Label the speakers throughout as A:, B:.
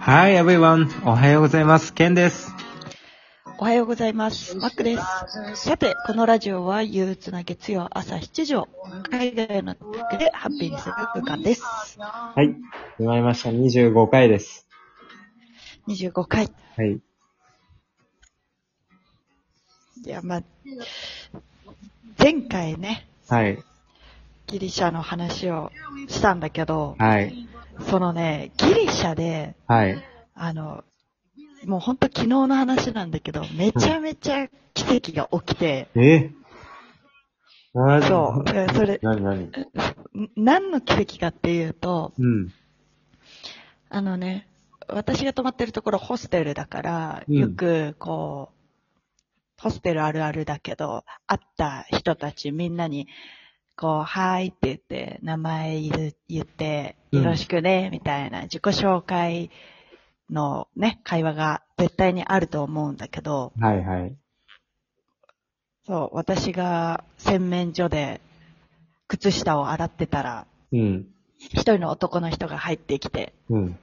A: Hi everyone! おはようございます。ケンです。
B: おはようございます。マックです。さて、このラジオは憂鬱な月曜朝7時を海外の時でハッピーにする空間です。
A: はい。始まりました。25回です。
B: 25回。
A: はい。
B: いや、まあ、前回ね、
A: はい。
B: ギリシャの話をしたんだけど、
A: はい。
B: そのね、ギリシャで、
A: はい。
B: あの、もうほんと昨日の話なんだけど、めちゃめちゃ奇跡が起きて、
A: えなに
B: そう、えそれ、
A: なになに
B: ん何の奇跡かっていうと、
A: うん。
B: あのね、私が泊まってるところホステルだから、
A: うん
B: よくこう、ホステルあるあるだけど、会った人たちみんなに、こう、はーいって言って、名前言言って、
A: うん
B: よろしくね、みたいな自己紹介のね、会話が絶対にあると思うんだけど、
A: はいはい。
B: そう、私が洗面所で靴下を洗ってたら、
A: うん。
B: 一人の男の人が入ってきて、
A: うん。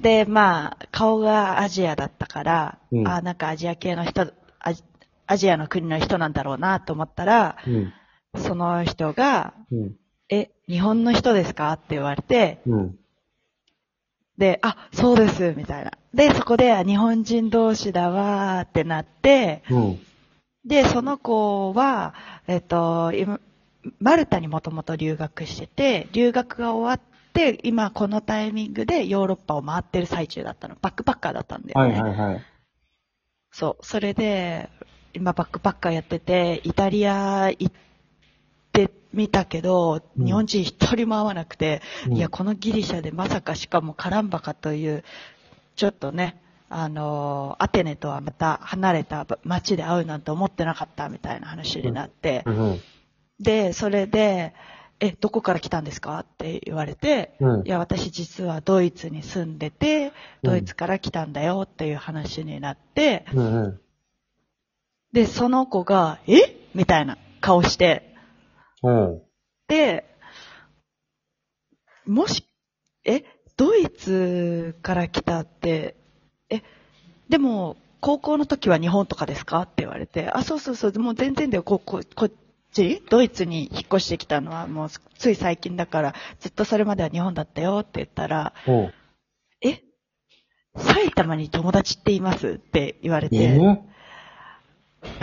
B: で、まあ、顔がアジアだったから、
A: うん
B: あなんかアジア系の人アジ、アジアの国の人なんだろうなと思ったら、
A: うん。
B: その人が、
A: うん。
B: え、日本の人ですかって言われて、
A: うん。
B: で、あ、そうです、みたいな。で、そこで、あ日本人同士だわーってなって、
A: うん。
B: で、その子は、えっと、今、マルタにもともと留学してて、留学が終わって、今このタイミングでヨーロッパを回ってる最中だったの。バックパッカーだったんだよ
A: は
B: ね。
A: いはいはい。
B: そう、それで、今バックパッカーやってて、イタリア行ってみたけど、
A: うん
B: 日本人一人も会わなくて、
A: うん
B: いや、このギリシャでまさかしかもカランバカという、ちょっとね、あのーアテネとはまた離れた街で会うなんて思ってなかったみたいな話になって、
A: うん。
B: で、それで、え、どこから来たんですかって言われて、
A: うん
B: い。や、私実はドイツに住んでて、
A: うん
B: ドイツから来たんだよっていう話になって、
A: うん。うん。
B: で、その子が、えみたいな顔して、
A: うん。
B: で、もし、え、ドイツから来たって、え、でも、高校の時は日本とかですかって言われて、あ、そうそうそう、もう全然だよ、こ、こ、こっちドイツに引っ越してきたのはもうつい最近だから、ずっとそれまでは日本だったよって言ったら、
A: うん。
B: え埼玉に友達っていますって言われて、
A: え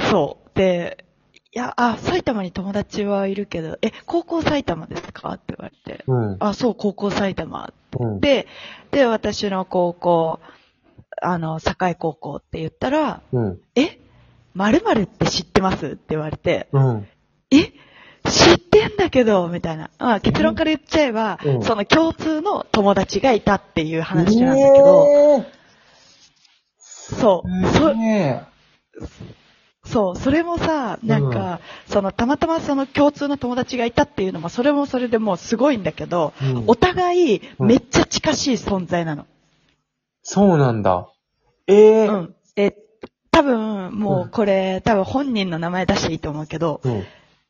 B: そう。で、いや、あ、埼玉に友達はいるけど、え、高校埼玉ですかって言われて。
A: うん。
B: あ、そう、高校埼玉。
A: うん。
B: で、で、私の高校、あの、堺高校って言ったら、
A: うん。
B: え、〇〇って知ってますって言われて、
A: うん。
B: え、知ってんだけど、みたいな。まあ、結論から言っちゃえば、
A: うん
B: その共通の友達がいたっていう話なんだけど、
A: え
B: そう、
A: ー
B: そ、
A: ね
B: そう、それもさ、なんか、その、たまたまその共通の友達がいたっていうのも、それもそれでもうすごいんだけど、
A: えうん
B: お互い、
A: うん
B: めっちゃ近しい存在なの。
A: そうなんだ。ええ
B: う。ん。え、多分、
A: う
B: も
A: ん
B: うこれ、多分本人の名前出していいと思うけど、
A: うん。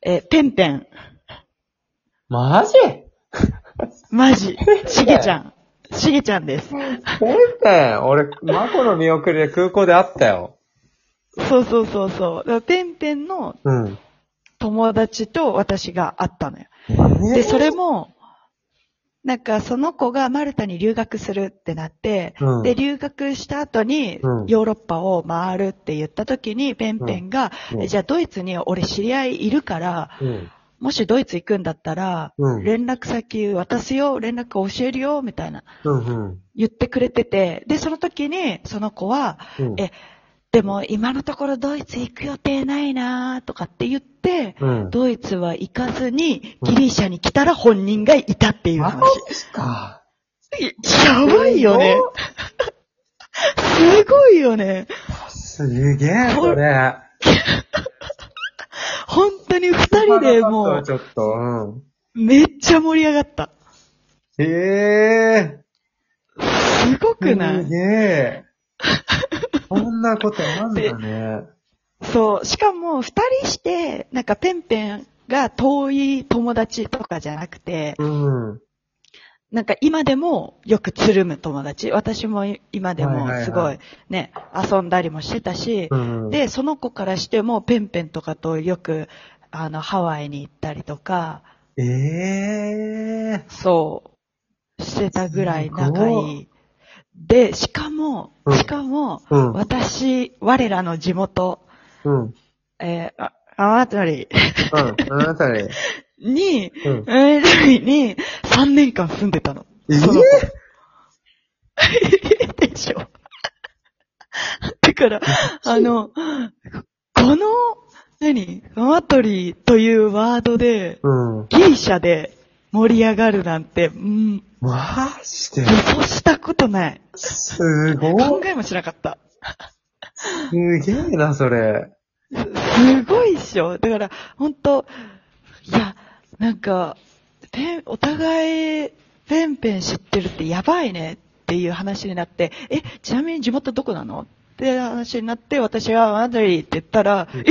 B: え、ペンペン、
A: マジ
B: マジ、しげちゃ ん、しげちゃんです。
A: ペンペン、俺、マコの見送りで空港で会ったよ。
B: そうそうそうそう。だからペンペンの
A: うん。
B: 友達と私が会ったのよ。で、それも、なんかその子がマルタに留学するってなって、
A: うん
B: で、留学した後に
A: うん
B: ヨーロッパを回るって言った時に、ペンペンが、
A: うん
B: えじゃあドイツに俺知り合いいるから、
A: うん。
B: もしドイツ行くんだったら、
A: うん。
B: 連絡先渡すよ、連絡教えるよ、みたいな
A: うん。うん。
B: 言ってくれてて、で、その時にその子は、
A: うん。
B: えでも今のところドイツ行く予定ないなとかって言って、
A: うん。
B: ドイツは行かずに、ギリシャに来たら本人がいたっていう話。
A: ジか。
B: やばいよね。 すごいよね。
A: すげえ、それ。
B: 本当に二人でもう、
A: ちょっと、うん。
B: めっちゃ盛り上がった。
A: ええ
B: すごくな
A: す
B: い
A: げえ。こんなことあんだね。
B: そう。しかも、二人して、なんかペンペンが遠い友達とかじゃなくて、
A: うん。
B: なんか今でもよくつるむ友達。私も今で
A: はいはいは
B: も
A: い
B: すごいね、遊んだりもしてたし、
A: うん。
B: で、その子からしてもペンペンとかとよく、あの、ハワイに行ったりとか、
A: ええ
B: そう、してたぐらい仲
A: すご
B: いい。で、しかも
A: う、ん
B: しかも、
A: うん。
B: 私、我らの地元、
A: うん。うん。
B: えーあ、あなたり
A: あなたね。
B: に、
A: うん。
B: えに、3年間住んでたの。
A: え
B: そ
A: ー
B: の子でしょ。だから、あの、この、何アマトリというワードで、
A: うん。
B: ギリシャで盛り上がるなんて、うん、
A: マジで
B: 予想したことない。
A: す
B: 考
A: ごい。
B: えもしなかった。
A: すげえな、それ。
B: すごいっしょ。だから、ほんと、いや、なんか、ペン、お互い、ペンペン知ってるってやばいねっていう話になって、え、ちなみに地元どこなのって話になって、私はマドリーって言ったら、
A: うん
B: え、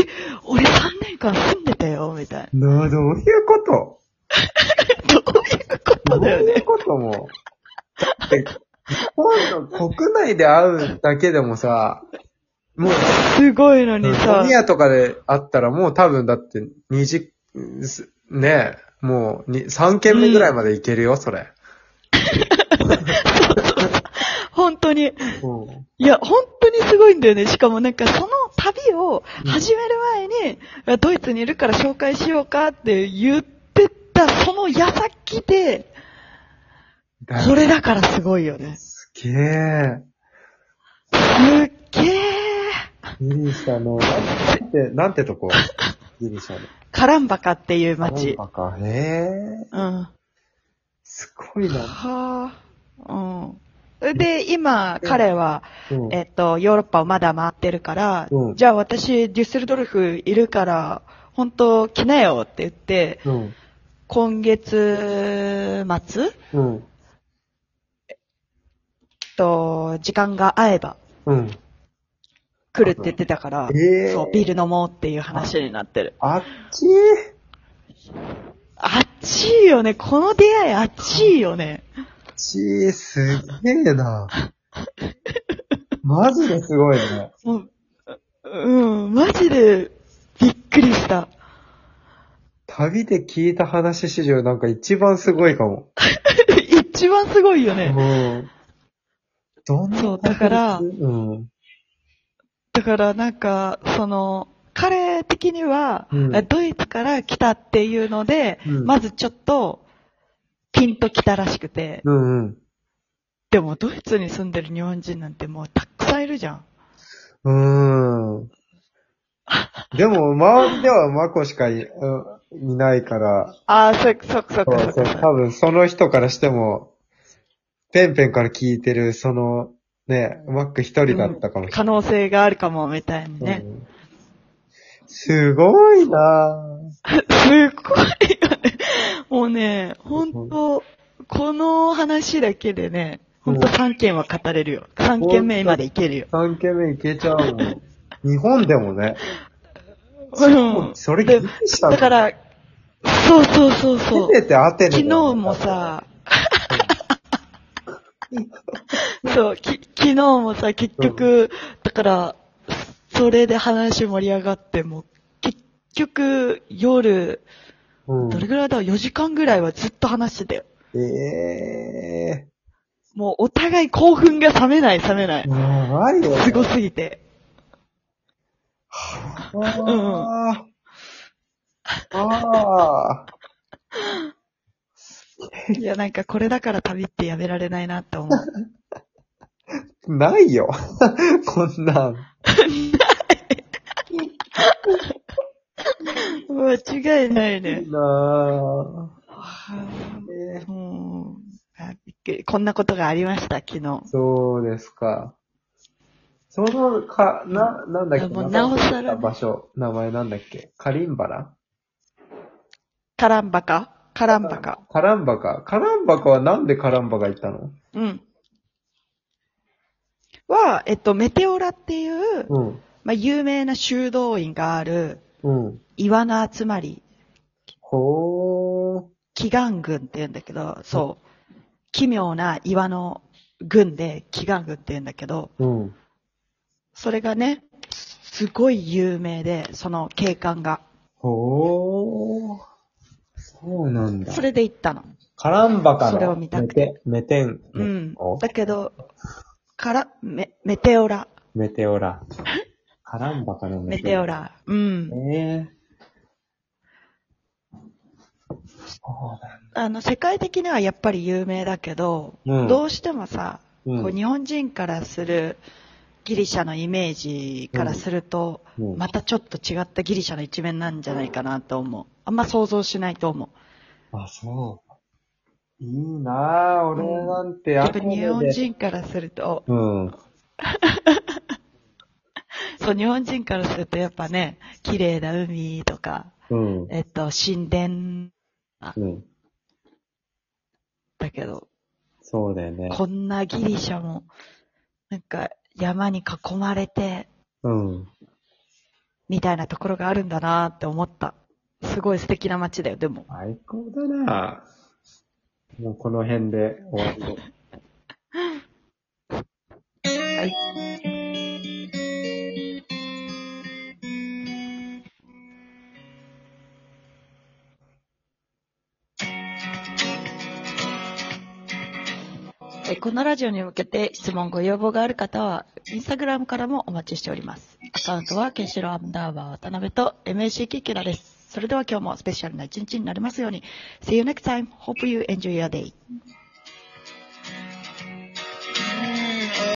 B: 俺3年間住んでたよ、みたい
A: な、どういうこと
B: な。どういうことだよ
A: どういう
B: ね。
A: ことも。だって、今度国内で会うだけでもさ、もう、
B: すごいのにさ
A: 飲み、屋とかで会ったらもう多分だって2時、すねえ、もうに3軒目ぐらいまで行けるよ、それ。
B: 本当に、
A: うん。
B: いや、本当にすごいんだよね。しかもなんかその旅を始める前に、ドイツにいるから紹介しようかって言ってた、その矢先で、
A: だ
B: これだからすごいよね。
A: すげえ。
B: すっげー。
A: ギリシャの、なんて、なんてとこギリシャの。
B: カランバカっていう街。
A: なんかへえ。
B: うん。は
A: すごいな。
B: あ。うん。で、今、彼は、
A: うん。
B: えっと、ヨーロッパをまだ回ってるから、
A: うん
B: じゃあ私、デュッセルドルフいるから、本当来なよって言って、
A: うん。
B: 今月末
A: うん。
B: と、時間が合えば
A: うん。
B: 来るって言ってたから、
A: ええ
B: そう、ビール飲もうっていう話になってる。
A: あっち
B: あっちいよね。この出会いあっちいよね。
A: あっちすげえな。マジですごいね。
B: もう、ううん、マジでびっくりした。
A: 旅で聞いた話史上なんか一番すごいかも。
B: 一番すごいよね。
A: うん。どんな
B: そうだから
A: うん。
B: だからなんか、その、彼的には、
A: うん
B: ドイツから来たっていうので、
A: うん
B: まずちょっと、ピンと来たらしくて。
A: うんうん。
B: でもドイツに住んでる日本人なんてもうたくさんいるじゃん。
A: うーん。でも、周りではマコしかい,、うん、いないから、
B: ああ、そっかそっかそっ
A: そうそ
B: かそうっ
A: 多
B: か。
A: 分その人からしても、ペンペンから聞いてる、その、ね、マック一人だったかもし
B: 可能性があるかも、みたいに
A: れない。
B: ね。
A: うんすごいなぁ。
B: すっごいよね。もうね、ほんと、この話だけでね、ほんと
A: うん
B: 3件は語れるよ。3件目までいけるよ。
A: 3軒目いけちゃうもん。日本でもね。
B: うん。
A: それ
B: で
A: 気にしたの
B: だから、そうそうそうそう
A: せ。めてアテネ
B: 昨
A: だよ
B: 日も、さ、そう、き、昨日もさ、結局、だから、それで話盛り上がっても、結局、夜、
A: うん
B: どれぐらいだ ?4 時間ぐらいはずっと話してたよ。
A: ええ
B: もうお互い興奮が冷めない冷めない
A: ー。。やばいよ、ね。
B: すごすぎて。
A: ああ。ああ。
B: いや、なんかこれだから旅ってやめられないなって思う。
A: ないよ。 こんなん。
B: 間違いないね。
A: なあ。えー
B: もうあびっくりこんなことがありました、昨日。
A: そうですか。その、か、な、なんだっけ
B: もう
A: 名前
B: なおさらね
A: 場所、名前なんだっけカリンバラ
B: カランバカカランバカ。
A: カランバか。カランバかはなんでカランバが行ったの
B: うん。は、えっと、メテオラっていう、
A: うん。
B: まあ、有名な修道院がある
A: うん。
B: 岩の集まり、
A: ほー。
B: 祈願群って言うんだけど、そう。奇妙な岩の群で、奇岩群って言うんだけど、
A: うん。
B: それがね、すごい有名で、その景観が。
A: ほー。そうなんだ
B: そ。れで行ったの。
A: カランバか
B: それ
A: ら
B: を見た
A: メ
B: く
A: テ、メテン、
B: うん
A: お。
B: だけど、から、メ、メテオラ。
A: メテオラ。カランバからメ
B: メ
A: テ
B: テ
A: オ
B: オ
A: ラ。
B: ラ。うん。
A: ええそうなんだ
B: あの、世界的にはやっぱり有名だけど、
A: うん
B: どうしてもさ、
A: うん
B: こう日本人からするギリシャのイメージからすると、
A: うん
B: またちょっと違ったギリシャの一面なんじゃないかなと思う。あんま想像しないと思う。
A: あ、そう。いいなぁ、俺なんて
B: やっ
A: 憧
B: ぱ
A: れで、
B: 日本人からすると、
A: うん。
B: そう、日本人からするとやっぱね、綺麗な海とか、
A: うん。
B: えっと、神殿
A: うん。
B: だけど、
A: そうだよね。
B: こんなギリシャも、なんか山に囲まれて、
A: うん。
B: みたいなところがあるんだなって思った。すごい素敵な街だよ、でも。
A: 最高だなぁ。もうこの辺で終わりで。
B: はい。えこのラジオに向けて質問、ご要望がある方は、インスタグラムからもお待ちしております。アカウントは、ケンシロウアンダーバー渡辺と MAC キキラです。それでは今日もスペシャルな一日になりますように。See you next time. Hope you enjoy your day.